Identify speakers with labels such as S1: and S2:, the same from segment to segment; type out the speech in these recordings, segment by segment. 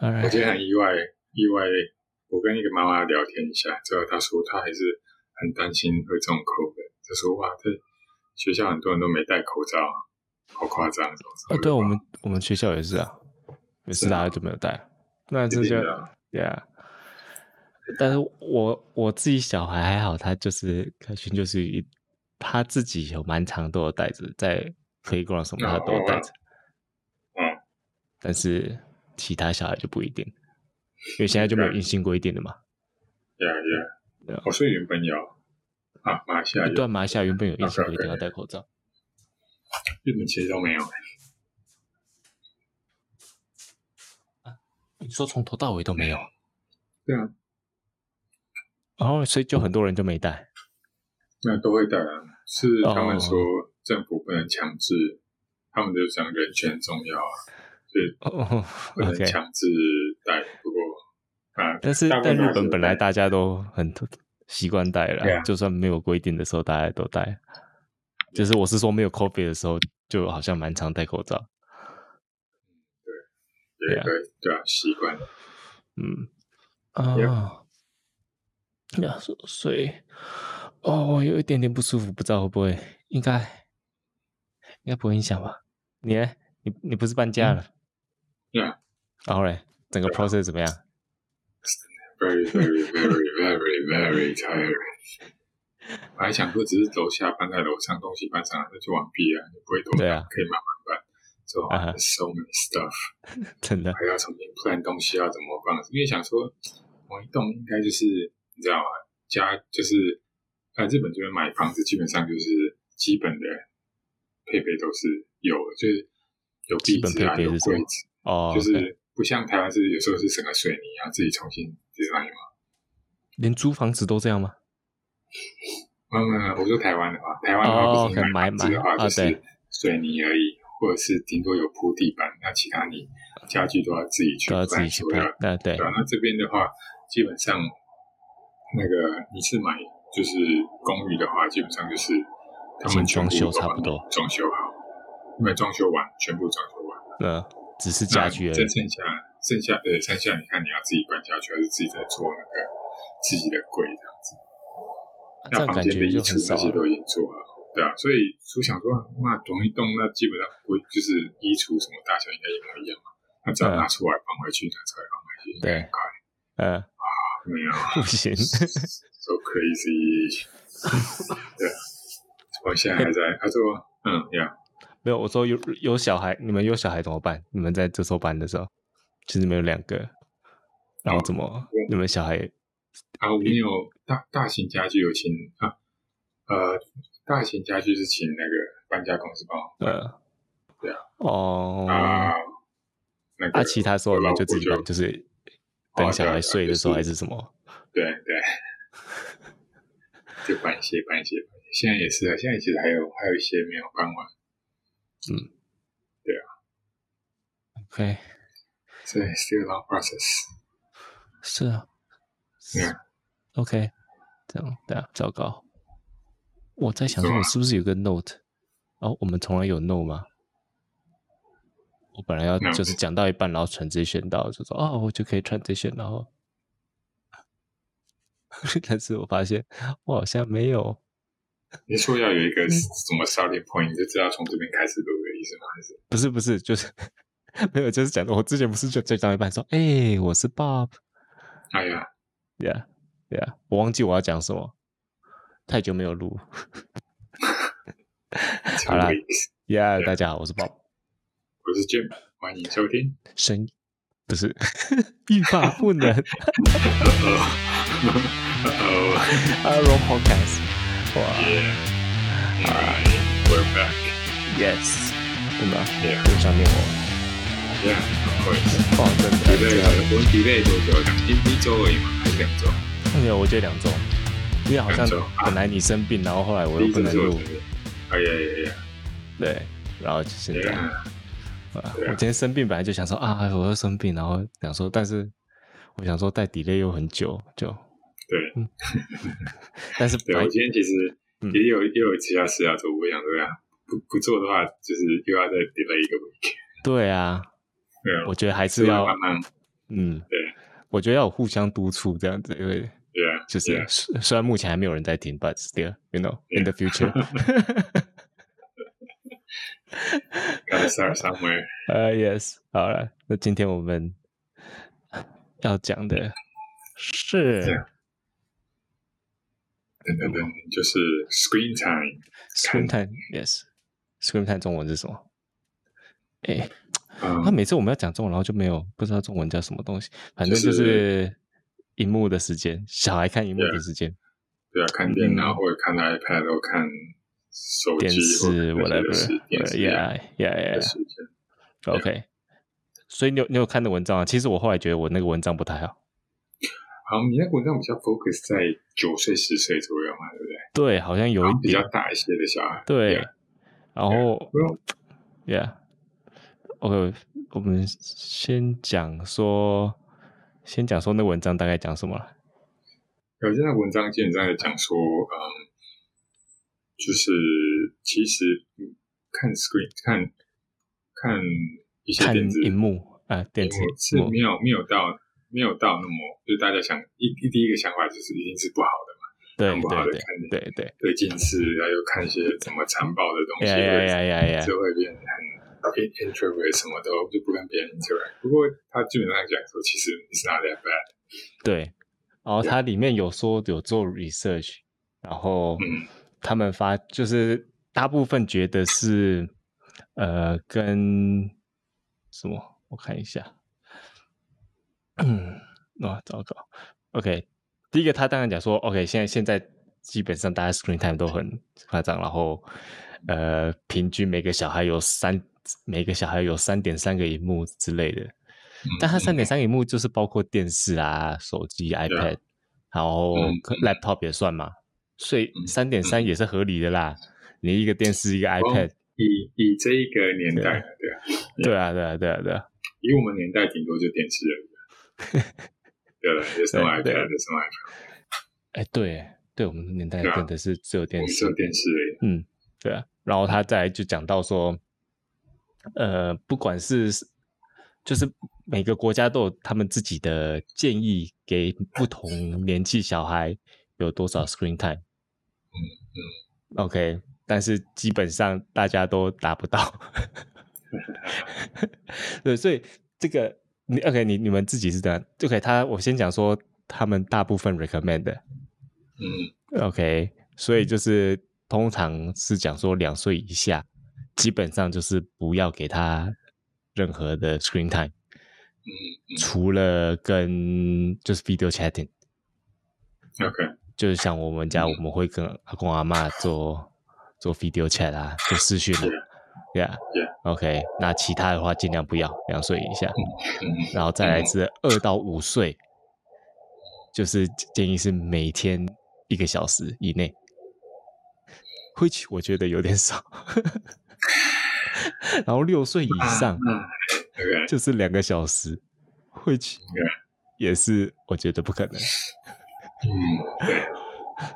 S1: 我今天很意外，意外，我跟一个妈妈聊天一下之后，她说她还是很担心会中 COVID，她说哇，这学校很多人都没戴口罩，啊好夸张！哦
S2: 啊，对我们我们学校也是啊，每次
S1: 是啊
S2: 大家就没有带，那这
S1: 一
S2: 就
S1: 定的啊
S2: yeah。但是我我自己小孩还好，他就是凯勋就是一他自己有蛮长都有带着，在 playground 什么他都有带着，
S1: 嗯，
S2: 但是其他小孩就不一定，因为现在就
S1: 啊
S2: 没有硬性规定了嘛。
S1: 呀呀，
S2: 对啊
S1: 我说哦原本有啊，马来西亚有
S2: 对，马来西亚原本有硬性规定
S1: 啊
S2: 要戴口罩，
S1: 日本其实都没有，欸
S2: 你说从头到尾都没有，
S1: 对啊，
S2: 然后所以就很多人就没戴。
S1: 那都会戴啊，是
S2: 哦
S1: 他们说政府不能强制，他们就讲人权重要啊，所以
S2: 哦
S1: 不能
S2: ，OK，
S1: 强制戴，不过啊，
S2: 但是
S1: 大部
S2: 但
S1: 分
S2: 日
S1: 还是
S2: 本
S1: 有
S2: 本来
S1: 戴
S2: 大家都很习惯戴了
S1: 对啊
S2: 啊，就算没有规定的时候，大家都戴。就是我是说没有 COVID 的时候，就好像蛮常戴口罩。
S1: 也
S2: 对啊
S1: 对对啊，习惯了
S2: 嗯
S1: Yeah
S2: 啊，那所所以哦，我有一点点不舒服，不知道会不会，应该应该不会影响吧？你呢你你不是搬家了？
S1: ，yeah。
S2: 然后嘞，嗯整个
S1: 啊
S2: process 怎么样？
S1: very very very very very tired。本来想说只是楼下搬在楼上，东西搬上来那就完毕了，也不会多
S2: 对啊
S1: 可以慢慢搬。So
S2: 啊哈
S1: so many stuff，
S2: 真的
S1: 还要重新 plan 东西要怎么放，因为想说某一栋应该就是你知道吗？家就是呃日本这边买房子基本上就是基本的配备都是有的，就是有壁纸啊，
S2: 基本配备
S1: 有
S2: 是什么
S1: 柜子，
S2: 哦，
S1: 就
S2: OK
S1: 是不像台湾是有时候是整个水泥啊自己重新 design 嘛。
S2: 连租房子都这样吗？
S1: 嗯，我说台湾的话，台湾的话不是
S2: 哦，OK，
S1: 买房子的
S2: 买
S1: 话
S2: 买啊
S1: 就是
S2: 对
S1: 水泥而已，或者是顶多有铺地板，那其他你家具都要自己去
S2: 都要自己去
S1: 所有
S2: 搬
S1: 的。
S2: 那对
S1: 对，啊，那这边的话，基本上那个你是买就是公寓的话，基本上就是他们
S2: 已经装修
S1: 全
S2: 差不
S1: 部都帮
S2: 多
S1: 你装修好，因为装修完全部装修完，
S2: 嗯，只是
S1: 那
S2: 家具而
S1: 再
S2: 已。
S1: 剩下剩下呃剩下你看你要自己搬家去，还是自己在做那个自己的柜这样子。
S2: 这
S1: 那
S2: 样
S1: 房
S2: 感
S1: 间
S2: 觉
S1: 的衣
S2: 就
S1: 橱
S2: 很少
S1: 那些
S2: 了。
S1: 都已经做了，对啊，所以我想说，那同一栋那基本上不会就是衣橱什么大小应该一模一样嘛，那只
S2: 嗯
S1: 要拿出来放回去，拿出来放回去，
S2: 对
S1: 很快，
S2: 嗯，
S1: 没有
S2: 不行，
S1: ，so crazy，对啊，我现在还在，他说，嗯呀，
S2: 没有。我说有有小孩，你们有小孩怎么办？你们在这时候搬的时候，其实你们有两个，然后怎么
S1: 哦对
S2: 你们小孩
S1: 然啊后我们有大大型家具有请啊，呃，大型家具是请那个搬家公司帮我搬，
S2: 呃，
S1: 对啊，
S2: 哦，
S1: 啊，那个
S2: 啊，其他时候
S1: 我
S2: 你
S1: 老
S2: 们
S1: 婆
S2: 就自己搬，就是等小孩睡的时候
S1: 哦对啊
S2: 还
S1: 就是
S2: 什么？
S1: 对对， 就搬一些搬一些搬一些，现在也是啊，现在其实还有还有一些没有搬完，
S2: OK，
S1: 所以 still long process。
S2: 是啊，是
S1: Yeah
S2: OK，这样对啊，糟糕！我在想说，
S1: 怎么
S2: 我
S1: 了
S2: 是不是有个 note？哦，我们从来有 note 吗？我本来要
S1: Note
S2: 就是讲到一半，然后 transition 到就说哦，我就可以 transition，然后， 但是我发现我好像没有，
S1: 你说要有一
S2: 嗯
S1: 个什么 starting point，你就知道从这边开始录的意思吗？还是
S2: 不是不是，就是 没有，就是讲我之前不是就就讲到一半说，哎、我是 Bob，yeah
S1: 哎呀，
S2: yeah，我忘记我要讲什么，太久没有录好啦
S1: two weeks
S2: ，yeah，
S1: Yeah
S2: 大家好，我是 Bob。
S1: 我是 Jim，欢迎收听。
S2: 神不是 欲罢不 能
S1: 呃哦，
S2: 阿荣 podcast，哇
S1: 耶，We're back，
S2: ，yes，真的又
S1: Yeah
S2: 想念我，
S1: yeah，of course。
S2: 哦，真的，
S1: delay 了我们 delay 多久？两一一周而已嘛，还是两周？
S2: 没有，我觉得两周，因为好像
S1: 两周啊
S2: 本来你生病，然后后来我
S1: 第
S2: 又
S1: 一
S2: 不
S1: 周
S2: 能
S1: 是我
S2: 录
S1: 生，日。哎呀呀呀哎
S2: 对，然后就现在，
S1: 呀！
S2: 啊我
S1: 对啊
S2: 今天生病本来就想说啊，我又生病，然后想说，但是我想说带 delay 又很久，就，嗯
S1: 对，
S2: 但是
S1: 对，
S2: 本
S1: 我
S2: 来
S1: 今天其实
S2: 嗯
S1: 也有、也有其他事要做，我想说呀，啊不不做的话，就是又要再 delay 一个 week。
S2: 对啊，
S1: 对啊，
S2: 我觉得还
S1: 就是会
S2: 要
S1: 慢慢
S2: 嗯，
S1: 对，
S2: 我觉得要有互相督促这样子，因为
S1: 对啊，
S2: 就是
S1: Yeah.
S2: 虽虽然目前还没有人在听，but still you know in the future，
S1: gotta start somewhere。
S2: 呃、yes，好了，那今天我们要讲的
S1: 这
S2: 是
S1: 样等等等，就是 screen time
S2: Scream Time，yes，Scream Time 中文是什么？哎、
S1: 嗯。
S2: 那每次我们要讲中文，然后就没有不知道中文叫什么东西，反正
S1: 就
S2: 就是荧幕的时间，小孩看荧幕的时间，
S1: 对啊，看电脑
S2: 嗯
S1: 或者看 iPad 或看手
S2: 电
S1: 机或
S2: 视
S1: 者电
S2: whatever，
S1: 视电视啊
S2: 呃，yeah
S1: 的
S2: yeah
S1: 时间。
S2: yeah OK。所以你有你有看的文章啊？其实我后来觉得我那个文章不太好，
S1: 好，你那个文章比较 focus 在九岁十岁左右嘛，对不对？
S2: 对，好像有
S1: 然
S2: 一
S1: 后啊比
S2: 点
S1: 较大一些的小孩。
S2: 对
S1: Yeah，
S2: 然后
S1: Well，
S2: yeah OK，我们先讲说，先讲说那文章大概讲什么了？
S1: 有这篇文章基本上在讲说，嗯，就是其实嗯看 screen 看看一些
S2: 看
S1: 电子
S2: 荧幕啊、呃电子
S1: 我是
S2: 幕
S1: 没有没有到没有到那么，就是大家想一一第一个想法就是一定是不好的嘛，
S2: 对
S1: 看不好的
S2: 对
S1: 看
S2: 对对对
S1: 对近视，还有看一些什么残暴的东西，
S2: 呀呀呀呀呀！
S1: 就会变得很 in- introvert，什么都就不跟别人 interact。不过他基本上讲说，其实 it's not that bad。
S2: 对，然后它里面有说有做 research，然后
S1: 嗯
S2: 他们发就是大部分觉得是呃跟什么？我看一下，嗯，哇，糟糕。OK，第一个他当然讲说，OK，现在现在基本上大家 screen time 都很夸张，然后呃，平均每个小孩有三每个小孩有三点三个荧幕之类的，
S1: 嗯
S2: 但它三点三荧幕就是包括电视啊、手机、iPad，然后
S1: 嗯
S2: 可 laptop 也算嘛，所以
S1: 嗯哦
S2: 三点三也是合理的啦。你一个电视，一个 iPad，
S1: 以以这一个年代，对啊，
S2: 对啊，对啊，对啊，对啊，
S1: 以我们年代顶多就电视而已。对了，有什么
S2: 对对
S1: iPad，有什么 iPhone，
S2: 哎，对，对我们的年代
S1: 对啊
S2: 真的是只有
S1: 我
S2: 电
S1: 们
S2: 视
S1: 只有，电视而已。
S2: 嗯，对啊。然后他再来就讲到说，呃，不管是就是每个国家都有他们自己的建议，给不同年纪小孩有多少 screen time。嗯嗯。OK，但是基本上大家都达不到。对，所以这个你 OK，你你们自己是这样 OK？他我先讲说他们大部分 recommend 的。
S1: 嗯
S2: OK，所以就是通常是讲说两岁以下，基本上就是不要给他任何的 screen time，
S1: 嗯
S2: 除了跟就是 video chatting，
S1: 嗯，OK，
S2: 就是像我们家
S1: 嗯
S2: 我们会跟阿公阿嬷做做 video chat 啊，做视讯啊，Yeah，OK，、OK，那其他的话尽量不要，两岁以下，
S1: 嗯
S2: 然后再来是二到五岁，就是建议是每天一个小时以内，which 我觉得有点少。 然后六岁以上
S1: 嗯，OK，
S2: 就是两个小时，which 也是我觉得不可能。
S1: 嗯，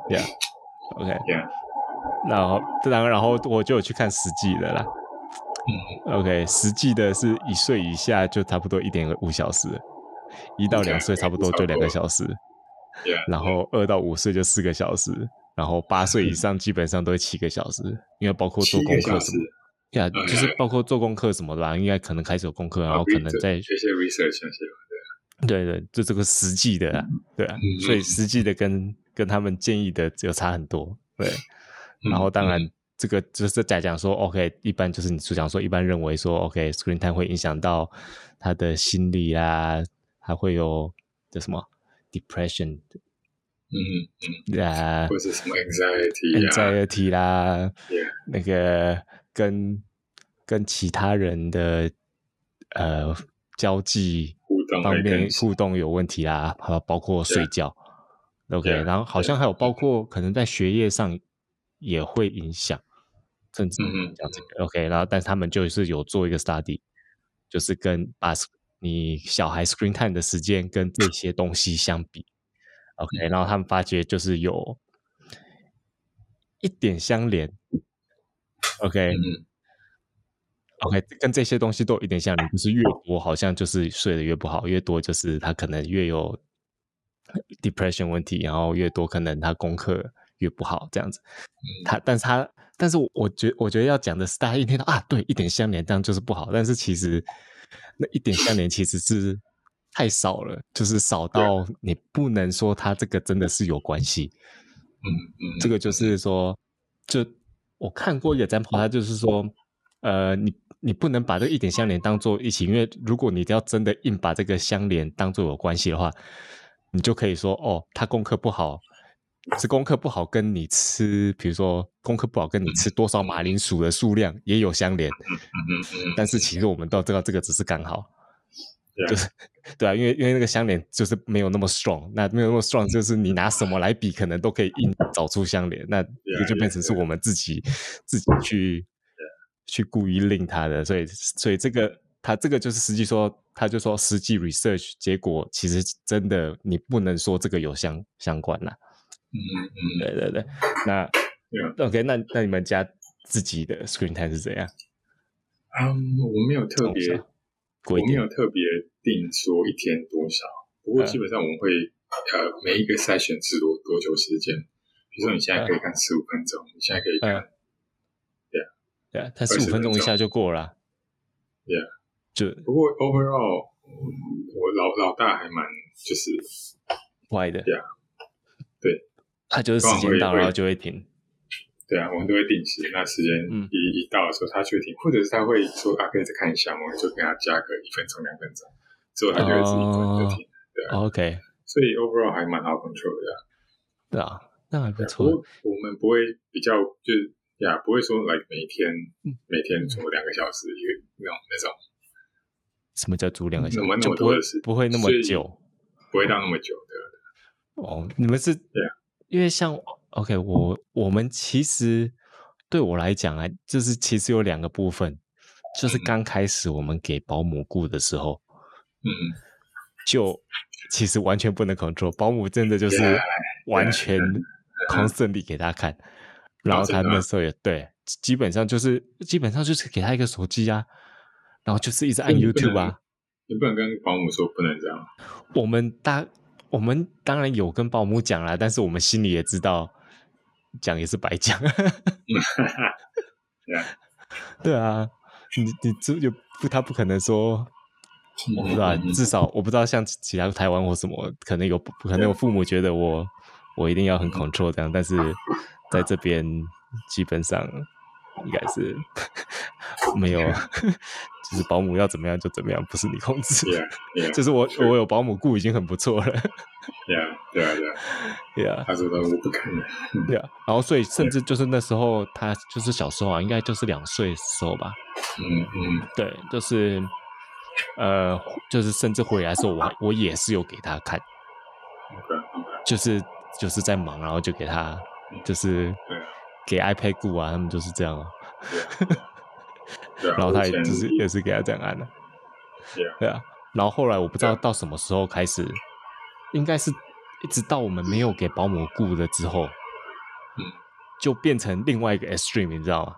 S1: 对
S2: OK，
S1: ，Yeah，
S2: 然后然后然后我就有去看实际的啦。OK，实际的是一岁以下就差不多一点五小时了，一到两岁差不多就两个小时。
S1: ，Yeah，
S2: 然后二到五岁就四个小时，然后八岁以上基本上都会七个小时，因为包括做
S1: 嗯七
S2: 功
S1: 个
S2: 课
S1: 小
S2: 什
S1: 时
S2: 么，，呀，
S1: 嗯
S2: 就是包括做功课什么的吧，应该可能开始有功课，然
S1: 啊
S2: 后可能在
S1: 这些 research 那些，
S2: 对对，就这个实际的啊，对啊，
S1: 嗯
S2: 所以实际的跟跟他们建议的有差很多，对。
S1: 嗯
S2: 然后当然这个就是在讲说，OK，一般就是你主讲说，一般认为说，OK，screen、time 会影响到他的心理啊，还会有这什么 depression
S1: 嗯嗯。
S2: 啊，
S1: 或者什么 anxiety 啊，
S2: anxiety 啦
S1: Yeah
S2: 那个跟跟其他人的呃交际
S1: 互动
S2: 方
S1: 会
S2: 面
S1: 更
S2: 互动有问题啦，还有包括睡觉 OK，
S1: Yeah 嗯
S2: 然后好像还有包括可能在学业上也会影响，甚至
S1: 嗯哼
S2: 讲这个 OK，然后但是他们就是有做一个 study，就是跟把 sc- 你小孩 screen time 的时间跟这些东西相比，OK，然后他们发觉就是有一点相连，OK，、
S1: 嗯
S2: OK，跟这些东西都有一点像，就是越多好像就是睡得越不好，越多就是他可能越有 depression 问题，然后越多可能他功课越不好这样子。他，但是他，但是我我觉我觉得要讲的是，大家一听到啊，对，一点相连这样就是不好，但是其实那一点相连其实是太少了，就是少到你不能说他这个真的是有关系。
S1: 嗯嗯，
S2: 这个就是说，就我看过一个占卜，他就是说，呃，你你不能把这个一点相连当做一起，因为如果你要真的硬把这个相连当做有关系的话，你就可以说，哦，他功课不好，是功课不好跟你吃，比如说功课不好跟你吃多少马铃薯的数量也有相连，
S1: 嗯嗯嗯，
S2: 但是其实我们都知道这个只是刚好，
S1: 对啊
S2: 就是对啊，因为因为那个相连就是没有那么 strong，那没有那么
S1: 嗯
S2: strong 就是你拿什么来比，可能都可以硬找出相连，那
S1: 啊啊
S2: 也就变成是我们自己自己去去故意令他的，所以所以这个他这个就是实际说，他就说实际 research 结果其实真的你不能说这个有相相关啦，
S1: 嗯嗯嗯，
S2: 对对对，那
S1: 对啊。
S2: OK，那那你们家自己的 screen time 是怎样？
S1: 嗯，我没有特别，
S2: 多少规
S1: 我没
S2: 定
S1: 有特别定说一天多少，不过
S2: 嗯
S1: 基本上我们会呃每一个筛选是多多久时间，比如说你现在可以看十五分钟，你现在可以看，
S2: 嗯对啊，他
S1: 20
S2: 十五分钟一下就过了啊、
S1: Yeah
S2: 就
S1: 不过 overall 嗯我老老大还蛮就是
S2: 歪的
S1: Yeah 对，
S2: 他就是时间到了然后就会停，
S1: 对啊，我们都会定时，那时间一、
S2: 嗯
S1: 一到的时候他就会停，或者是他会说啊可以再看一下嘛，我们就给他加个一分钟两分钟，之后他就会自己就停，
S2: 哦 OK，
S1: 所以 overall 还蛮好 control 的啊、
S2: 对啊，那还不
S1: 对，不
S2: 错
S1: 过我们不会比较，就是呀，不会说来每天
S2: 嗯
S1: 每天做两个小时一个那种那种，
S2: 什么叫租两个小
S1: 那么
S2: 时？
S1: 那
S2: 就
S1: 么
S2: 不会
S1: 多的事
S2: 不会那么
S1: 所以
S2: 久
S1: 不会到那么久的。
S2: 哦。你们是因为像 OK，我我们其实对我来讲啊，就是其实有两个部分，就是刚开始我们给保姆雇的时候，
S1: 嗯，
S2: 就其实完全不能 control。保姆真的就是
S1: Yeah,
S2: 完全 constantly 给他看，然后他那时候也对，基本上就是基本上就是给他一个手机啊，然后就是一直按
S1: 所以你不能
S2: YouTube 啊。
S1: 你不能跟保姆说不能这样。
S2: 我们大我们当然有跟保姆讲啦，但是我们心里也知道讲也是白讲。
S1: 对啊，
S2: 对啊，你你这就不他不可能说 我不知道，
S1: 嗯
S2: 至少我不知道像其其他台湾或什么，可能有可能有父母觉得我我一定
S1: 嗯
S2: 要很 control 这样，但是在这边基本上应该 是没有， 就是保姆要怎么样就怎么样，不是你控制。
S1: Yeah, yeah,
S2: 就是我我有保姆雇已经很不错了
S1: yeah, 对啊，对啊。
S2: ，Yeah
S1: 他说的我不看了。
S2: Yeah。然后所以甚至就是那时候他就是小时候啊，应该就是两岁的时候吧，
S1: 嗯嗯
S2: 对，就是呃，就是甚至回来的时候我还，我也是有给他看，
S1: ，OK OK，
S2: 就是就是在忙，然后就给他就是
S1: 对啊
S2: 给 iPad 顾啊，他们就是这样啊，
S1: 对啊。
S2: 然后他也
S1: 我以前
S2: 就是也是给他这样按的、
S1: 对啊
S2: 对啊，然后后来我不知道到什么时候开始，应该是一直到我们没有给保姆雇了之后，
S1: 嗯，
S2: 就变成另外一个 extreme，你知道吗？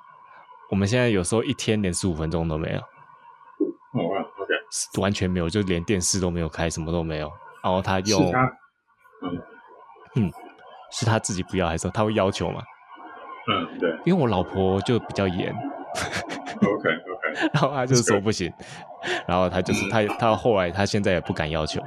S2: 我们现在有时候一天连十五分钟都没有，
S1: 哦哇，OK，
S2: 完全没有，就连电视都没有开，什么都没有。然后他用
S1: 是啊他，嗯
S2: 是他自己不要，还是说他会要求嘛？
S1: 嗯，对
S2: 因为我老婆就比较严，
S1: ，OK OK，
S2: 然后她就是说不行，然后她就是她她后来她现在也不敢要求，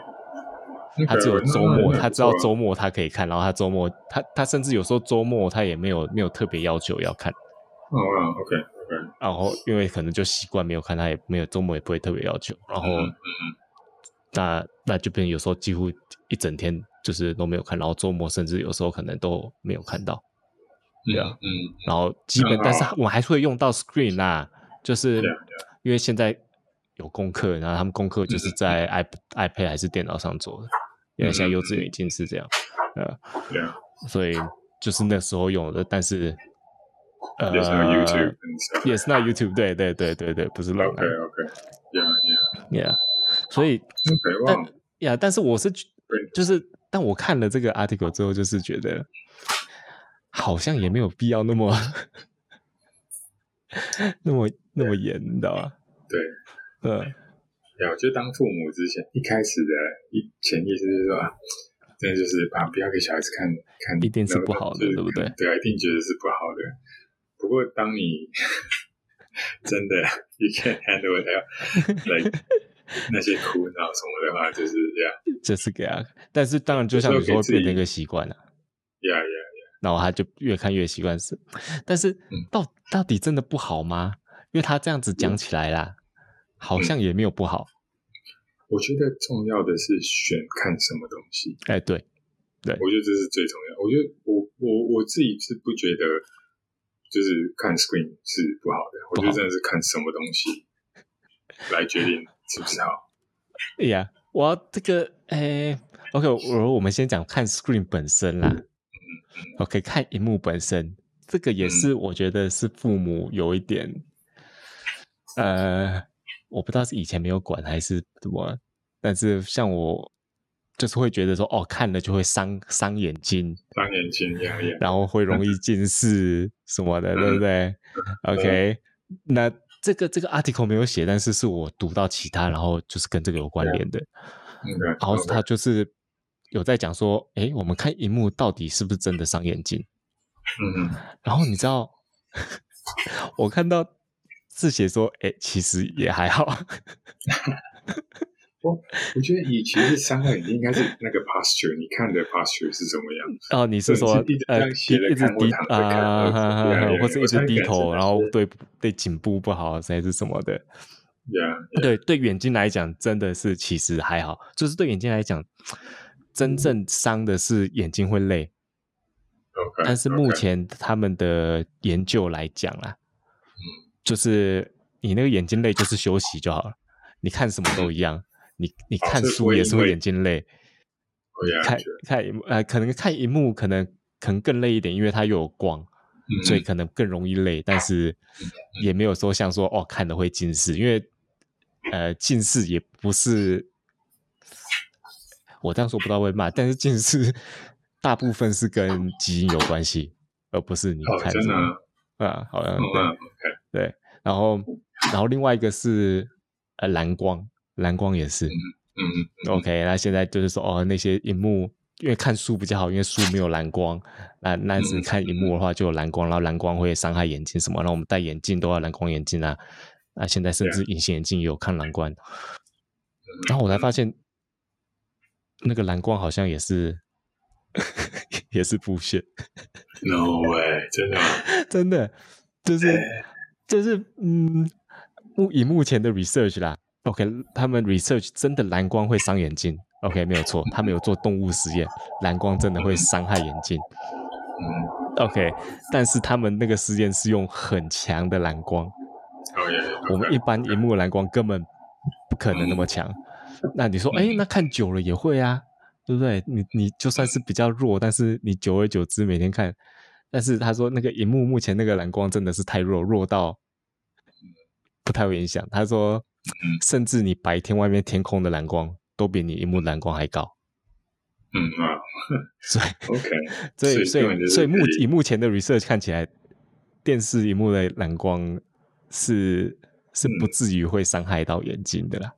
S2: 她只有周末，她知道周末她可以看，然后她周末她她甚至有时候周末她也没有没有特别要求要看，
S1: 哦哇，OK OK，
S2: 然后因为可能就习惯没有看，她也没有周末也不会特别要求，然后
S1: 嗯
S2: 那那就变成有时候几乎一整天就是都没有看，然后周末甚至有时候可能都没有看到。
S1: 嗯嗯
S2: 然后基本
S1: 嗯，
S2: 但是我还是会用到 screen 啦，就是
S1: 对啊
S2: 因为现在有功课，然后他们功
S1: 嗯
S2: 课就是在 i iPad 还是电脑上做的，因为现在幼稚园已经是这样，呃，
S1: 嗯，对啊，
S2: 所以就是那时候用的，但是呃
S1: 也是 YouTube 跟 stuff。
S2: 也是那 YouTube，对对对对对，不是乱
S1: OK OK，yeah yeah，
S2: y e a h 所以
S1: OK，哇，
S2: 呀但是我是觉就是，但我看了这个 article 之后，就是觉得好像也没有必要那么 那么那么严，你知道吗？
S1: 对，
S2: 嗯，
S1: 对啊，我觉得当父母之前，一开始的一潜意识就是说啊，真的就是啊，不要给小孩子看看，
S2: 一定是不好的
S1: 就是
S2: 对不对
S1: 对啊，一定觉得是不好的。不过当你 真的 you can handle it like 那些哭闹什么的话，就是这样
S2: 这是给他，但是当然就像你说，
S1: 有时
S2: 会
S1: 候给自己
S2: 变成一个习惯了、
S1: ，yeah yeah。
S2: 然后他就越看越习惯是，但是
S1: 嗯
S2: 到到底真的不好吗？因为他这样子讲起来啦，
S1: 嗯
S2: 好像也没有不好。
S1: 我觉得重要的是选看什么东西，
S2: 哎，对，
S1: 我觉得这是最重要。我觉得我我我自己是不觉得，就是看 screen 是不好的。我觉得真的是看什么东西来决定是不是好。
S2: 哎呀，我要这个，哎，OK，我我们先讲看 screen 本身啦。OK，看荧幕本身，这个也是我觉得是父母有一点，呃，我不知道是以前没有管还是怎么，但是像我就是会觉得说，哦，看了就会伤伤眼睛，
S1: 当年轻一样一样，
S2: 然后会容易近视什么的，对不对？OK，那这个这个 article 没有写，但是是我读到其他，然后就是跟这个有关联的。
S1: 那个
S2: 然后他就是有在讲说，诶，我们看荧幕到底是不是真的伤眼睛？
S1: 嗯，
S2: 然后你知道， 我看到是写说，诶，其实也还好，
S1: 我觉得以其实伤害你应该是那个 posture，你看的 posture 是怎么样？
S2: 然后你是说
S1: 对你是
S2: 呃低一
S1: 一直这样斜着
S2: 直
S1: 看或
S2: 低
S1: 躺着看
S2: 啊，
S1: 或
S2: 哈
S1: 者对
S2: 哈哈
S1: 啊对啊
S2: 或是
S1: 我
S2: 一直
S1: 才
S2: 低
S1: 敢
S2: 头，
S1: 是
S2: 然后对对颈部不好，还是什么的。
S1: 呀，
S2: 对对眼睛来讲，真的是其实还好，就是对眼睛来讲，真正伤的是眼睛会累。
S1: OK，嗯
S2: 但是目前他们的研究来讲啦，就是你那个眼睛累就是休息就好了，你看什么都一样，你你
S1: 哦
S2: 看
S1: 所以
S2: 书也
S1: 不会因
S2: 是会
S1: 为
S2: 眼睛累，看
S1: 哦 yeah，
S2: 看荧幕呃可能看荧幕可能可能更累一点，因为它又有光，
S1: 嗯
S2: 所以可能更容易累，但是也没有说像说哦看的会近视，因为呃近视也不是我这样说不到会骂，但是近视大部分是跟基因有关系，而不是你
S1: 哦
S2: 看
S1: 真
S2: 什
S1: 的啊
S2: 么啊，好像对
S1: 嗯嗯
S2: 对，然后然后另外一个是呃蓝光，蓝光也是。
S1: 嗯
S2: OK，那现在就是说，哦，那些荧幕，因为看书比较好，因为书没有蓝光。那那是
S1: 嗯
S2: 看荧幕的话就有蓝光，然后蓝光会伤害眼睛什么。那我们戴眼镜都要蓝光眼镜啊。那现在甚至隐形眼镜也有抗蓝
S1: 嗯
S2: 光。然后我才发现，那个蓝光好像也是 也是不屑，
S1: ，no way，真的吗？啊
S2: 真的就是就是嗯，目以目前的 research 啦，OK，他们 research 真的蓝光会伤眼睛，OK，没有错，他们有做动物实验，蓝光真的会伤害眼睛
S1: 嗯，
S2: ，OK，但是他们那个实验是用很强的蓝光，
S1: 哦耶，
S2: 我们一般荧幕的蓝光根本不可能那么强。那你说，哎、那看久了也会啊，对不对？你你就算是比较弱，但是你久而久之每天看，但是他说那个荧幕目前那个蓝光真的是太弱，弱到不太会影响。他说，甚至你白天外面天空的蓝光都比你荧幕蓝光还高，
S1: 嗯啊
S2: 所以
S1: ，OK，
S2: 所以所
S1: 所以根本
S2: 以
S1: 就是
S2: 所以目
S1: 自己
S2: 以目前的 research 看起来，电视荧幕的蓝光是是
S1: 嗯
S2: 不至于会伤害到眼睛的啦。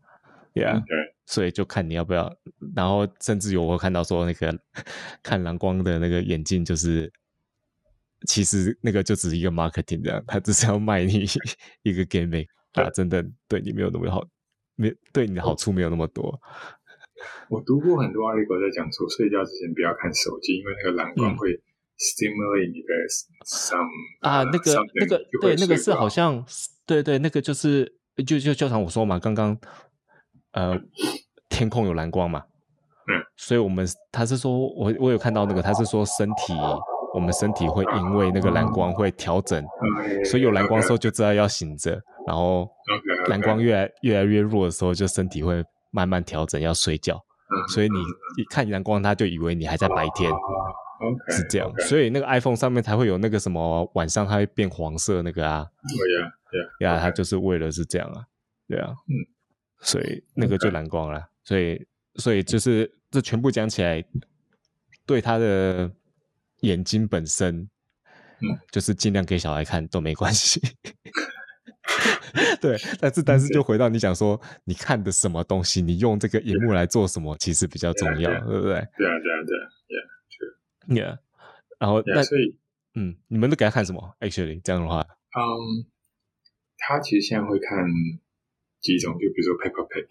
S2: Yeah，、
S1: 对。
S2: 所以就看你要不要。然后甚至有我看到说那个看蓝光的那个眼镜，就是其实那个就只是一个 marketing 这样，他只是要卖你一个 gaming 啊，真的对你没有那么好，没对你的
S1: 哦
S2: 好处没有那么多。
S1: 我读过很多 article 在讲说，睡觉之前不要看手机，因为那个蓝光
S2: 嗯
S1: 会 stimulate 你的 some
S2: 啊，那个
S1: something，
S2: 那个
S1: 就
S2: 对
S1: 会，
S2: 那个
S1: 睡
S2: 是
S1: 不
S2: 好像对对，那个就是就就就像我说嘛，刚刚呃天空有蓝光嘛，
S1: 嗯，
S2: 所以我们他是说我我有看到那个，他是说身体我们身体会因为那个蓝光会调整，
S1: 嗯
S2: 所以有蓝光的时候就知道要醒着，然后
S1: OK，OK，OK
S2: 蓝光越来越来越弱的时候，就身体会慢慢调整要睡觉，
S1: 嗯
S2: 所以你一看蓝光，他就以为你还在白天。
S1: OK 哦
S2: 是这样，所以那个 iPhone 上面才会有那个什么晚上它会变黄色那个啊，
S1: 对呀对呀，
S2: 呀，它就是为了是这样啊，对啊，
S1: 嗯，
S2: 所以那个就蓝光了，所以所以就是这全部讲起来，对他的眼睛本身
S1: 嗯
S2: 就是尽量给小孩看都没关系。 对，但是但
S1: 嗯
S2: 是就回到你讲说，你看的什么东西，你用这个荧幕来做什么，其实比较重要，对不对
S1: 对啊，对啊，对啊，
S2: ？Yeah。然后
S1: 对
S2: 那
S1: 啊，所以
S2: 嗯，你们都给他看什么？Actually，这样的话，
S1: 嗯，他其实现在会看几种，就比如说 Peppa Pig，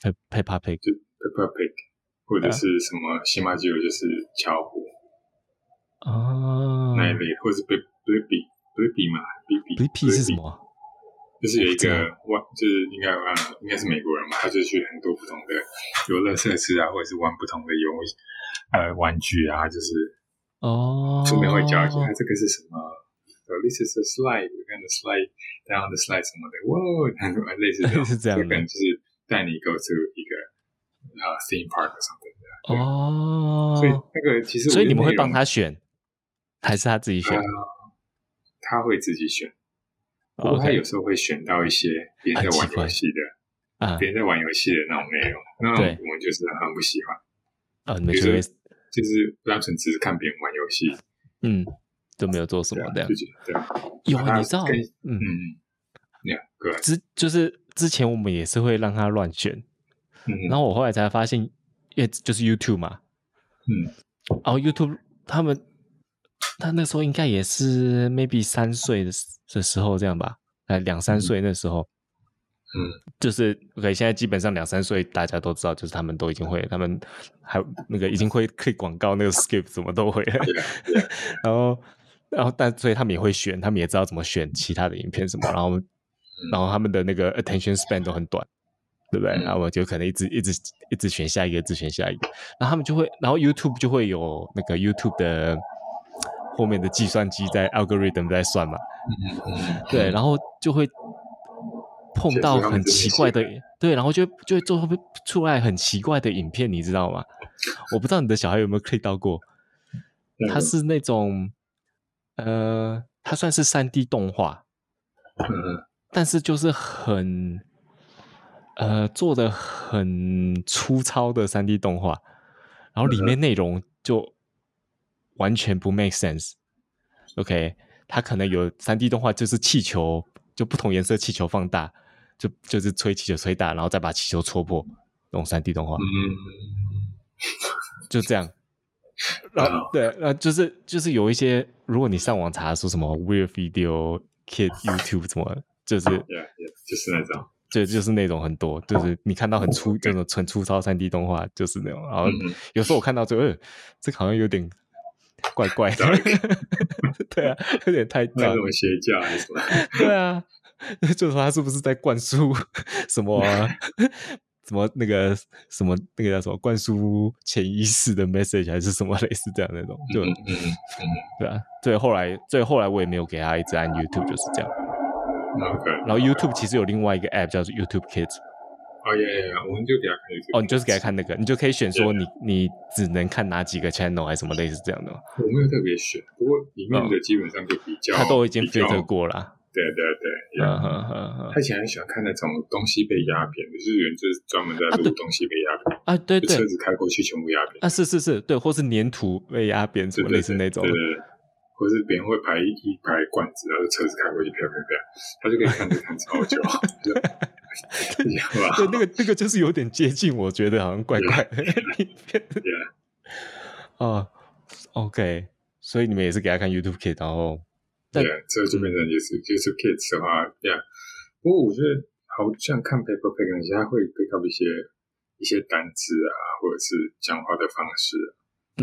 S2: 佩佩帕佩
S1: 就 Peppa Pig，或者是什么新马基友，就是巧虎
S2: 啊
S1: 那一类，或者是 b l i b b y b l i b b y 嘛 b l i b b y
S2: ，BP 是什？么啊？
S1: 就是有一
S2: 这
S1: 个外，就是应该啊，应该是美国人嘛，他就去很多不同的游乐设施啊，或者是玩不同的游呃玩具啊，就是
S2: 哦，
S1: 出面会教一下、啊、这个是什么。So this is a slide, we're gonna slide down the slide 什么的，哇， 然后类似这 种，
S2: 是这样的
S1: 可能就是带你 go to 一个啊、theme park or something。
S2: 哦，
S1: 所以那个其实我
S2: 所以
S1: 觉
S2: 你
S1: 得
S2: 们会
S1: 内容
S2: 帮他选，还是他自己选？
S1: 他会自己选，不过
S2: 哦 OK
S1: 呃他有时候会选到一些别人在
S2: 很
S1: 玩
S2: 奇怪
S1: 游戏的，
S2: 啊
S1: 别人在玩游戏的那种内容，那
S2: 对
S1: 我们就是很不喜欢。
S2: 啊，你们
S1: 比
S2: 就
S1: 如
S2: 会
S1: 说就是单纯只是看别人玩游戏，
S2: 嗯都没有做什
S1: 对
S2: 么
S1: 啊，
S2: 这样
S1: 就。觉得对啊，
S2: 有
S1: 把
S2: 啊，
S1: 它
S2: 你知道
S1: 跟，
S2: 嗯，
S1: 嗯，呀，对，啊
S2: 之就是之前我们也是会让他乱选，
S1: 嗯
S2: 然后我后来才发现，也就是 YouTube 嘛，
S1: 嗯，
S2: 然后 YouTube 他们他那时候应该也是 maybe 三岁的时的时候这样吧，呃两三岁那时候，
S1: 嗯，
S2: 就是 OK，现在基本上两三岁大家都知道，就是他们都已经会，他们还那个已经会 click 广告那个 skip 什么都会了，
S1: 对啊，
S2: 然后，然后，但所以他们也会选，他们也知道怎么选其他的影片什么，然后，然后他们的那个 attention span 都很短，对不对？
S1: 嗯
S2: 然后我就可能一直一直一直选下一个，一直选下一个，然后他们就会，然后 YouTube 就会有那个 YouTube 的后面的计算机在 algorithm 在算嘛，
S1: 嗯，
S2: 对，然后就会碰到很奇怪的
S1: 确实他们真的很，
S2: 对，然后就会就会做会出来很奇怪的影片，你知道吗？我不知道你的小孩有没有 click 到过，
S1: 嗯
S2: 它是那种呃，它算是三 D 动画，
S1: 嗯
S2: 但是就是很呃做的很粗糙的三 D 动画，然后里面内容就完全不 make sense。OK，它可能有三 D 动画，就是气球就不同颜色气球放大，就就是吹气球吹大，然后再把气球戳破，那种三 D 动画
S1: 嗯，
S2: 就这样。然后对，然后就是就是有一些，如果你上网查说什么 weird video kid YouTube 什么，就是
S1: 对啊，对啊就是那种，
S2: 就就是那种很多，
S1: 哦
S2: 就是你看到很粗这种纯粗糙三 D 动画，就是那种。然后
S1: 嗯
S2: 有时候我看到就，呃，这个好像有点怪怪的， 对啊，有点太
S1: 那
S2: 脏，
S1: 种邪教还是什么，
S2: 对啊， 就说他是不是在灌输什 么、什么那个什么那个叫什么灌输潜意识的 message 还是什么 类似这样的那种，就
S1: 嗯嗯
S2: 对啊，所以后来所以后来我也没有给他一直按 YouTube 就是这样。
S1: 嗯，OK，
S2: 然后 YouTube 其实有另外一个 app 叫做 YouTube Kids。
S1: 哦耶耶，我们就给他看一次，
S2: 哦，你就是给他看那个，你就可以选说你
S1: 啊
S2: 你只能看哪几个 channel 还是什么类似这样的吗，
S1: 我没有特别选，不过里面的基本上就比较，
S2: 哦他都已经
S1: 比较
S2: filter，过了。
S1: 对对对，
S2: 嗯哼哼哼，
S1: 他以前很喜欢看那种东西被压扁，就是有人就是专门在
S2: 啊对
S1: 录东西被压扁，
S2: 啊，对
S1: 就
S2: 对
S1: 车子开过去全部压扁，
S2: 啊，是是是，对，或是粘土被压扁什
S1: 对
S2: 么
S1: 对
S2: 类似那种
S1: 对，对对，或是别人会排一一排罐子，然后车子开过去，啪啪啪，他就可以看着看超久，啊就这样吧，
S2: 对，那 个那个就是有点接近，我觉得好像怪怪的 里面 啊。OK，所以你们也是给他看 YouTube Kid，然后
S1: 对，这就变成也是就是 kids 的话，yeah。不过我觉得好像看 paper p a g 人家会 pick up 一些一些单字啊，或者是讲话的方式啊、
S2: 嗯，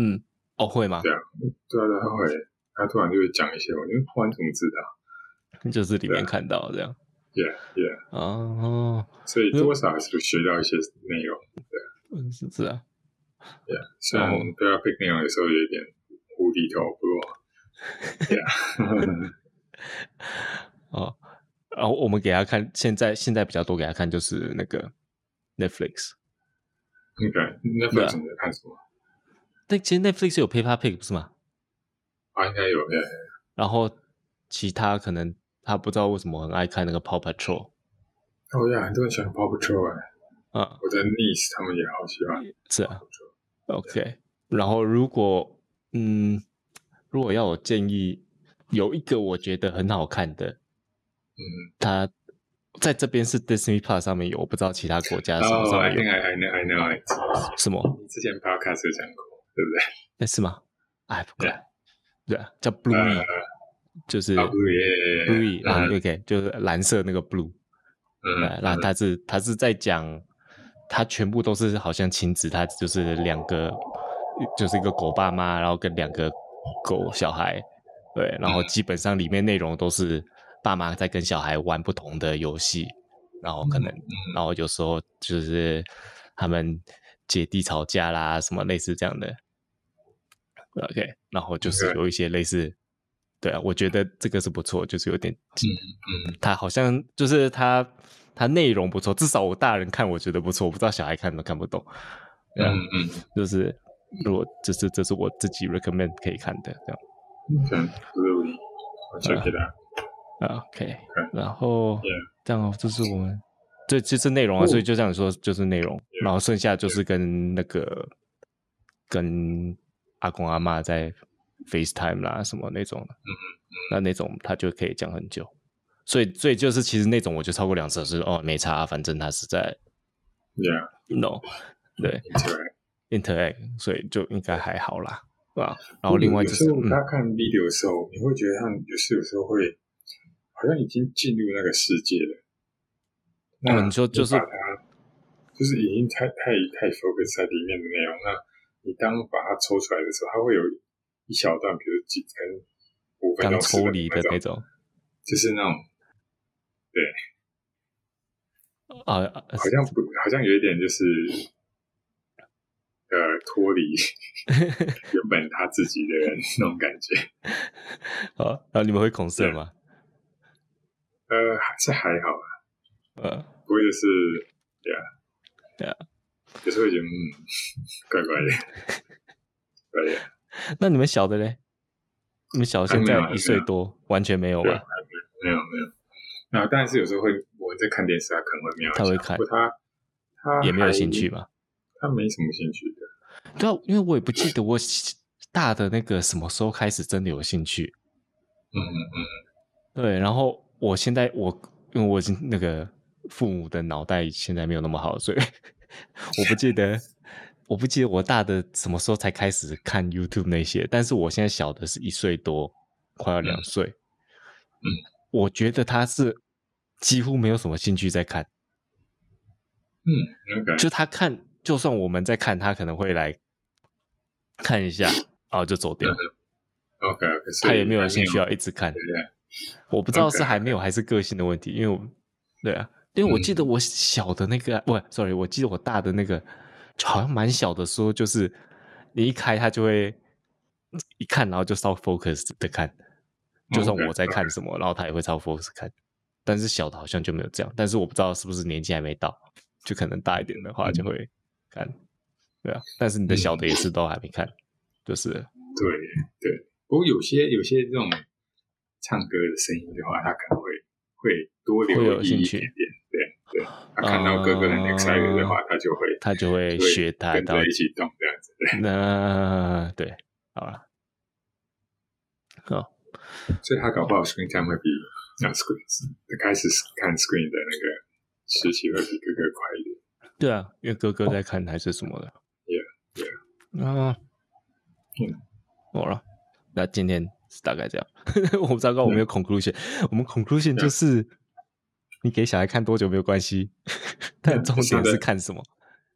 S2: 哦会吗？
S1: 对啊，对啊，对啊他会，他突然就会讲一些，我觉得突然怎么知道
S2: 就是里
S1: 啊
S2: 面看到这样
S1: ？yeah yeah，
S2: 啊哦，
S1: 所以多少还是学到一些内容。
S2: 嗯是是啊，
S1: 虽然
S2: 哦
S1: paper p a g 内容有时候有一点无厘头，不 过啊 yeah，
S2: 哦，然后我们给他看，现在现在比较多给他看就是那个 Netflix。
S1: 那个那
S2: 对
S1: 份
S2: 啊
S1: 怎么看什么？
S2: 但其实 Netflix 有 Peppa Pig 不是吗？
S1: 啊，应该有 yeah。
S2: 然后其他可能他不知道为什么很爱看那个 Paw Patrol
S1: 哦呀，很多人喜欢 Paw Patrol 哎、
S2: 啊，
S1: 我的 niece 他们也好喜欢。啊
S2: 是啊，OK。然后如果嗯，如果要我建议，有一个我觉得很好看的，
S1: 嗯，
S2: 它在这边是 Disney Plus 上面有，我不知道其他国家什么
S1: 哦
S2: 上
S1: ，I
S2: 面有、
S1: think I I know I know I know，
S2: 什么，
S1: 你之前 podcast 有讲过，对不对？
S2: 那是吗？哎，不
S1: 对
S2: 管，对啊，叫 Bluey，、就是
S1: 呃啊，Blue 耶
S2: Bluey，然后
S1: 嗯
S2: OK，就是蓝色那个 Blue，对，
S1: 嗯，
S2: 然后他是他是在讲，他全部都是好像亲子，他就是两个，就是一个狗爸妈，然后跟两个狗小孩，对，然
S1: 嗯
S2: 后基本上里面内容都是爸妈在跟小孩玩不同的游戏，然后
S1: 嗯
S2: 可能，然后有时候就是他们姐弟吵架啦，什么类似这样的，OK，然后就是
S1: OK
S2: 有一些类似。对啊，我觉得这个是不错，就是有点
S1: 嗯，
S2: 它好像就是它它内容不错，至少我大人看我觉得不错，我不知道小孩看都看不懂。对啊
S1: 嗯嗯
S2: 就是如果这是这是我自己 recommend 可以看的这样。
S1: 嗯，OK Blue，我 check it out。
S2: 啊 OK，然后
S1: Yeah
S2: 这样哦这是我们这这是内容啊，
S1: 哦
S2: 所以就这样说就是内容，然后剩下就是跟那个跟阿公阿妈在 FaceTime 啦什么那种的，那那种他就可以讲很久，所以所以就是其实那种我就超过两小时哦没差啊，反正他是在
S1: Yeah,
S2: no 对
S1: it's right.
S2: interact，所以就应该还好啦，对吧？然后另外就是
S1: 有时
S2: 嗯
S1: 候他看 video 的时候，你会觉得他们有时有时候会好像已经进入那个世界了。
S2: 哦
S1: 那
S2: 你说就是
S1: 把它就是已经太太太 focus 在里面的内容，那你当把它抽出来的时候，它会有一小段，比如几跟五分
S2: 刚
S1: 钟、十
S2: 抽
S1: 分钟
S2: 离的那，种
S1: 就是那种
S2: 啊，
S1: 好像不好像有一点就是呃脱离 原本他自己的人那种感觉。
S2: 啊，然后你们会恐涩
S1: 对
S2: 吗？
S1: 呃，还是还好啦，
S2: 呃，
S1: 不会就是，对啊，
S2: 对啊，
S1: 就是会觉得嗯， 怪怪的，怪的，
S2: 那你们小的嘞？你们小现
S1: 还没有
S2: 在
S1: 还没
S2: 一岁多，完全没有
S1: 对
S2: 吧？
S1: 没有没有。那但是有时候会，我在看电视，啊他可能会瞄一下，
S2: 他会看
S1: 不过他他
S2: 也没有
S1: 还
S2: 兴趣，嘛？
S1: 他没什么兴趣的。
S2: 对啊，因为我也不记得我喜大的那个什么时候开始真的有兴趣。
S1: 嗯嗯
S2: 对，然后我现在我因为我已经那个父母的脑袋现在没有那么好，所以 我不记得，我不记得我大的什么时候才开始看 YouTube 那些，但是我现在小的是一岁多，快要两岁，
S1: 嗯，
S2: 我觉得他是几乎没有什么兴趣在看，
S1: 嗯，那个
S2: 就他看，就算我们在看，他可能会来看一下，然后就走掉，
S1: OK，
S2: 他也没有兴趣啊要一直看
S1: 对。对，
S2: 我不知道
S1: OK，
S2: 是还没有还是个性的问题，因为我对啊，因为我
S1: 嗯
S2: 记得我小的那个，不，sorry，我记得我大的那个，好像蛮小的时候，就是你一开它就会一看，然后就超 focus 的看，就算
S1: 哦 OK，
S2: 我在看什么，然后它也会超 focus 看。但是小的好像就没有这样，但是我不知道是不是年纪还没到，就可能大一点的话
S1: 嗯
S2: 就会看，对啊。但是你的小的也是都还没看，就是
S1: 对对，不过有些有些这种唱歌的声音的话，他可能会会多
S2: 会
S1: 留
S2: 有
S1: 意
S2: 兴
S1: 一
S2: 趣
S1: 点点。对对，他看到哥哥很
S2: 啊
S1: excited 的话，他就会
S2: 他就会
S1: 就会
S2: 学他
S1: 跟
S2: 到
S1: 着一起动这样子。
S2: 那对，好了，好，
S1: 所以他搞不好 screen time 会比啊 screen 开始看 screen 的那个时期会比哥哥快一点。
S2: 对啊，因为哥
S1: 哦
S2: 哥在看还是什么的
S1: Yeah,
S2: 啊，
S1: 嗯，
S2: 好了，那今天是大概这样， 我不知道
S1: 嗯
S2: 我们有 conclusion，、我们 conclusion
S1: 啊
S2: 就是你给小孩看多久没有关 系，但
S1: Yeah，
S2: 重
S1: 就是他
S2: 点是
S1: 的
S2: 看什么，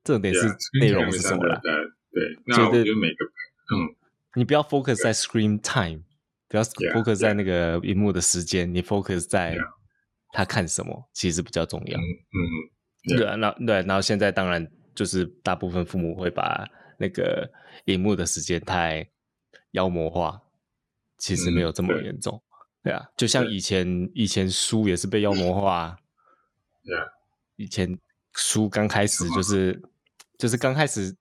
S2: 重点
S1: Yeah,
S2: 是
S1: 啊 screen
S2: 内容
S1: time
S2: 是什么
S1: 上的
S2: 啦，
S1: 呃对，
S2: 所以
S1: 那我
S2: 这
S1: 觉得每个嗯
S2: 你不要 focus 在 screen time，不要
S1: Yeah,
S2: focus 在那个荧幕的时间，你 focus 在
S1: Yeah
S2: 他看什么，其实比较重要。
S1: 嗯 Yeah.
S2: 对啊，那对，然后现在当然就是大部分父母会把那个荧幕的时间太妖魔化，其实没有这么
S1: 嗯对
S2: 严重。对啊，就像
S1: 对
S2: 以前以前书也是被妖魔化 啊，
S1: Yeah.
S2: 以前书刚开始 就是就是刚开始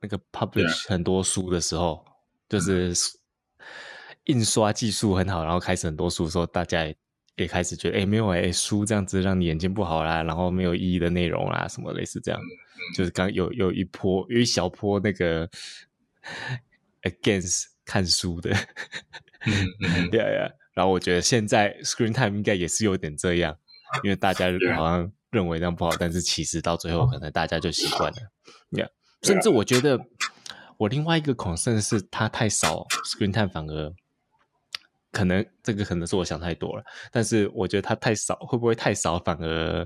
S2: 那个
S1: 啊
S2: publish 很多书的时候，
S1: 嗯
S2: 就是印刷技术很好，然后开始很多书的时候，大家也也开始觉得，哎，没有哎、诶书这样子让你眼睛不好啦，然后没有意义的内容啦，什么类似这样，就是刚有有一波有一小波那个 against 看书的。
S1: 嗯嗯，
S2: 对呀，然后我觉得现在 screen time 应该也是有点这样，因为大家
S1: Yeah
S2: 好像认为这样不好，但是其实到最后可能大家就习惯了。Yeah，
S1: Yeah
S2: 甚至我觉得我另外一个 concern 是它太少 screen time 反而可能这个可能是我想太多了，但是我觉得它太少会不会太少反而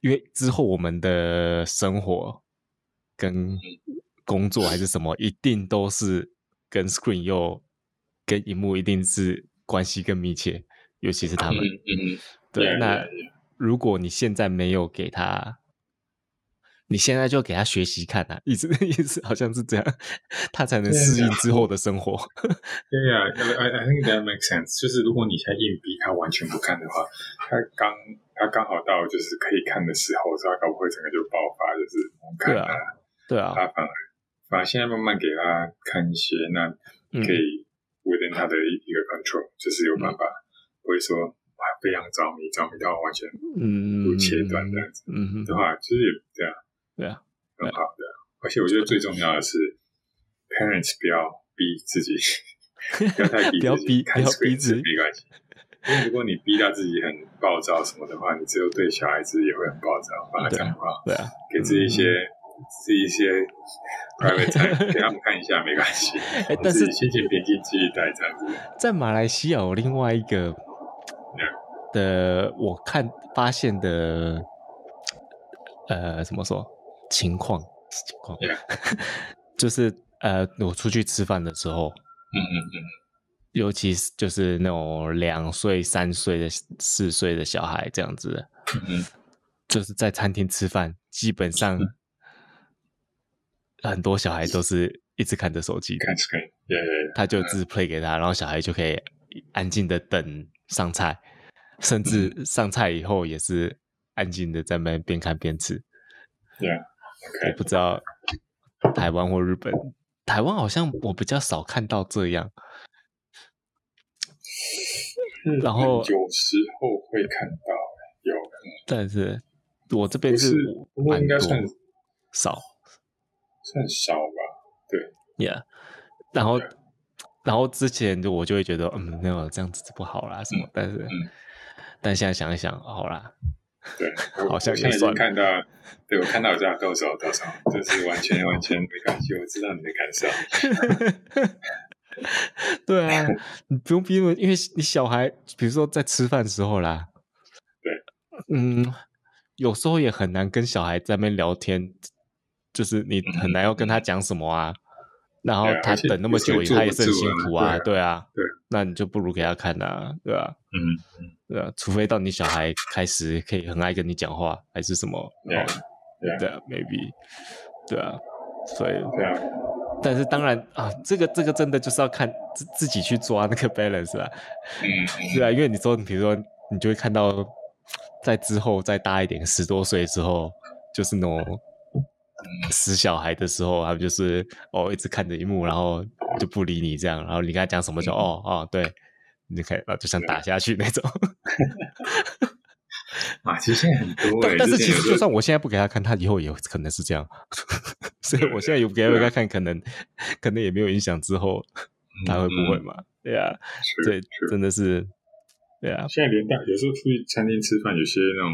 S2: 因为之后我们的生活
S1: 嗯
S2: 跟工作还是什么，一定都是跟 screen 又跟荧幕一定是关系更密切，尤其是他们。
S1: 嗯嗯，
S2: 对
S1: Yeah,
S2: 那
S1: yeah,
S2: 如果你现在没有给他，你现在就给他学习看啊，一直 一直好像是这样，他才能
S1: 对啊
S2: 适应之后的生活。
S1: 对呀，I I think that makes sense。就是如果你现在硬逼他完全不看的话，他刚他刚好到就是可以看的时候，所以他搞不会整个就爆发，就是不
S2: 对
S1: 看
S2: 啊
S1: 了。
S2: 对啊，
S1: 他反而反而现在慢慢给他看一些，那
S2: 嗯
S1: 可以 within 他的一一个 control，就是有办法不会说啊非常着迷，着迷到完全
S2: 嗯，
S1: 不切断这样子
S2: 嗯，嗯
S1: 的话，就是也对啊，
S2: 对啊，
S1: 很好的。而且我觉得最重要的是，parents 不要逼 自己，不要太逼自己，
S2: 不要逼
S1: 看
S2: 不要
S1: screen
S2: 逼自己
S1: 是没关系。因为如果你逼到自己很暴躁什么的话，你最后对小孩子也会很暴躁，帮他
S2: 对啊
S1: 讲话，
S2: 对啊，
S1: 给自己一些、自己一些 private time，给他们看一下没关系。
S2: 哎，但是
S1: 自己心情平静，继续待这样子。
S2: 在马来西亚有另外一个的，我看发现的，呃，怎么说情况？情况
S1: Yeah.
S2: 就是呃，我出去吃饭的时候，
S1: 嗯嗯嗯，
S2: 尤其是就是那种两岁、三岁的、四岁的小孩这样子的，
S1: 嗯
S2: 就是在餐厅吃饭，基本上很多小孩都是一直看着手机的。
S1: 看 screen，也
S2: 他就自配给他，然后小孩就可以安静的等上菜，甚至
S1: 嗯
S2: 上菜以后也是安静的在那边边看边吃。
S1: 也也
S2: 我
S1: OK，
S2: 不知道台湾或日本，台湾好像我比较少看到这样。然后
S1: 有时候会看到有，嗯
S2: 但是我这边
S1: 不是不过
S2: 蛮
S1: 应该
S2: 多
S1: 算
S2: 少
S1: 算少吧。
S2: ，Yeah。然后，然后之前就我就会觉得，嗯，那个这样子不好啦，什么？但是，
S1: 嗯
S2: 但现在想一想，好啦，
S1: 对，我
S2: 好像
S1: 我现
S2: 也
S1: 在已
S2: 算
S1: 经看到，对我看到我知道多少多少，就是完全完全没关系，我知道你的感受。
S2: 对 啊，你不用逼问，因为你小孩，比如说在吃饭时候啦，
S1: 对，
S2: 嗯，有时候也很难跟小孩在那边聊天，就是你很难要跟他讲什么啊。然后
S1: 嗯对啊
S2: 他
S1: 而且
S2: 等那么
S1: 有时候
S2: 久，
S1: 也
S2: 他也是
S1: 坐不
S2: 很
S1: 住
S2: 辛
S1: 啊
S2: 苦
S1: 对
S2: 啊，
S1: 啊
S2: 对啊，
S1: 对，
S2: 那你就不如给他看啊，对吧、
S1: 嗯，
S2: 对啊，除非到你小孩开始可以很爱跟你讲话，还是什么，
S1: 对啊
S2: 哦
S1: 对啊
S2: 对啊，maybe，对啊，所以
S1: 对啊，
S2: 但是当然啊，这个这个真的就是要看自自己去抓那 个 balance 啦。
S1: 嗯
S2: 对啊，因为你说，你比如说，你就会看到，在之后再大一点，十多岁之后，就是那种死小孩的时候，他们就是哦一直看着荧幕，然后就不理你这样，然后你跟他讲什么
S1: 嗯
S2: 就哦哦对，你就看，然后就想打下去那种。
S1: 啊，其实现在很多欸，
S2: 但但是
S1: 之
S2: 其
S1: 前有
S2: 实
S1: 时候
S2: 就算我现在不给他看，他以后也可能是这样。 所以我现在有给他看，可能可能也没有影响之后他会不会
S1: 嗯
S2: 嘛？对啊。
S1: 是
S2: 对
S1: 是，
S2: 真的是，对啊，
S1: 现在连大有时候出去餐厅吃饭，有些那种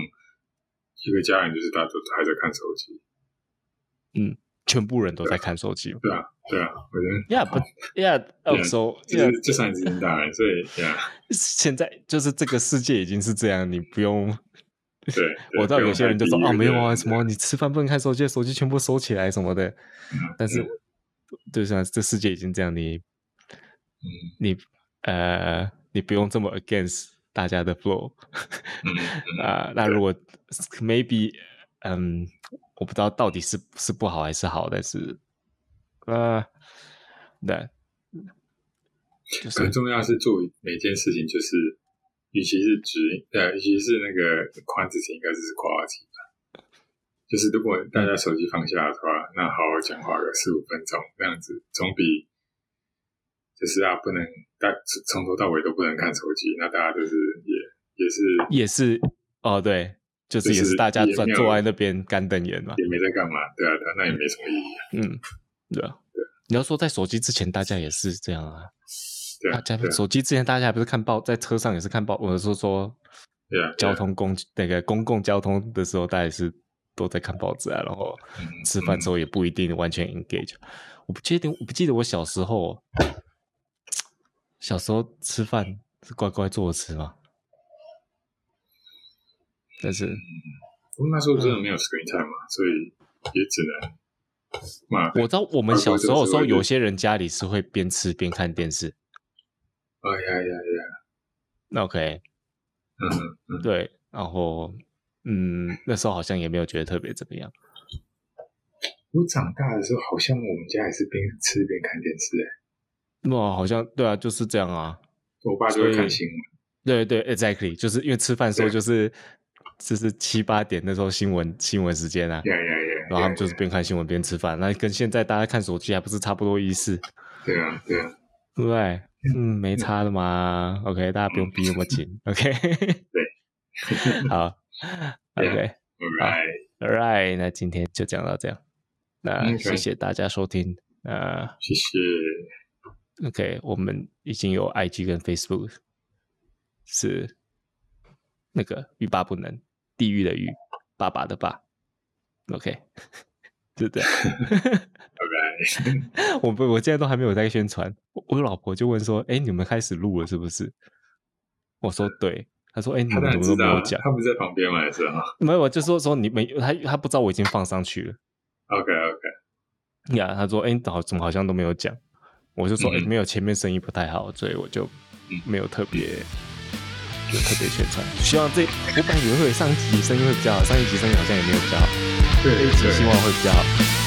S1: 一个家人就是大家都还在看手机，
S2: 全部人都在看手机。
S1: 对啊对啊，我觉得
S2: Yeah, but yeah,
S1: Yeah，
S2: also
S1: 就
S2: yeah，
S1: 是就算已经大人，所以对啊，
S2: 现在就是这个世界已经是这样，你不用。
S1: 对，对
S2: 我知道有些人就说
S1: 不用
S2: 哦，
S1: 太逼
S2: 没有啊，
S1: 对
S2: 什么你吃饭不能看手机，手机全部收起来什么的。但是，就像这世界已经这样，你
S1: 嗯
S2: 你呃，你不用这么 against 大家的 flow。
S1: 嗯嗯
S2: 啊、那如果 maybe，嗯，我不知道到底是是不好还是好，但是，呃，对，就
S1: 很
S2: 是
S1: 重要是做每件事情，就是与其是质，呃，与其是那个 quantity，应该是 quality 吧。就是如果大
S2: 嗯
S1: 家手机放下的话，那好好讲话个四五分钟，这样子总比就是啊，不能大从头到尾都不能看手机，那大家就是也也是
S2: 也是哦，对，就是
S1: 就
S2: 也是
S1: 是
S2: 大家
S1: 也
S2: 坐
S1: 没有
S2: 坐在那边干瞪眼嘛，
S1: 也没在干嘛，对啊，对啊那也没什么意义啊。
S2: 嗯，对啊，你要说在手机之前，大家也是这样啊。
S1: 对啊
S2: 大家
S1: 对啊
S2: 手机之前，大家还不是看报，在车上也是看报，我是说
S1: 对啊，
S2: 交
S1: 对啊
S2: 通工具那个公共交通的时候，大家也是都在看报纸啊，然后
S1: 嗯
S2: 吃饭之后也不一定完全 engage。我不确定，我不记得我小时候，小时候吃饭是乖乖坐着吃吗？但是
S1: 我们那时候真
S2: 嗯
S1: 的没有 screen time 嘛，所以也只能嘛，
S2: 我知道我们小时候的时候，有些人家里是会边吃边看电视。
S1: 哎呀呀呀，
S2: 那 OK，
S1: 嗯哼，
S2: 对，然后嗯，那时候好像也没有觉得特别怎么样。
S1: 我长大的时候好像我们家也是边吃边看电视、欸，
S2: 那好像对啊，就是这样啊。
S1: 我爸就会
S2: 所以
S1: 看新闻，
S2: 对对，exactly，就是因为吃饭的时候
S1: 对
S2: 就是就是七八点那时候新闻新闻时间啊，
S1: 呀呀呀，
S2: 然后他们
S1: 呀
S2: 就是边看新闻边吃饭，那跟现在大家看手机还不是差不多意思，
S1: 对啊对啊，
S2: 对不对？嗯，没差的嘛。OK，大家不用逼那么紧。OK，对， 啊好
S1: Yeah
S2: ，OK，All、
S1: ，right，
S2: right，那今天就讲到这样。那
S1: OK
S2: 谢谢大家收听。呃
S1: 谢谢，
S2: ，OK，我们已经有 IG 跟 Facebook，是那个欲罢不能，地狱的狱，爸爸的爸。OK，就这样。
S1: 拜拜，
S2: 我不，我现在都还没有在宣传。我我老婆就问说：“哎，你们开始录了是不是？”我说：“对。”她说：“哎，你
S1: 他
S2: 们怎么
S1: 当然
S2: 都
S1: 知
S2: 没
S1: 道
S2: 有
S1: 啊，
S2: 讲
S1: 他不是在旁边嘛，也是哈？”
S2: 没有，我就说说你没她她不知道我已经放上去了。
S1: ，OK OK，
S2: 呀，她说：“哎，好，怎么好像都没有讲？”我就说：“哎、
S1: 嗯
S2: 没有，前面生意不太好，所以我就没有特别。”就特别宣传，希望这我本来以为会有上一集生意会比较好，上一集生意好像也没有比较好，
S1: 对
S2: 这一集
S1: 对
S2: 希望会比较好。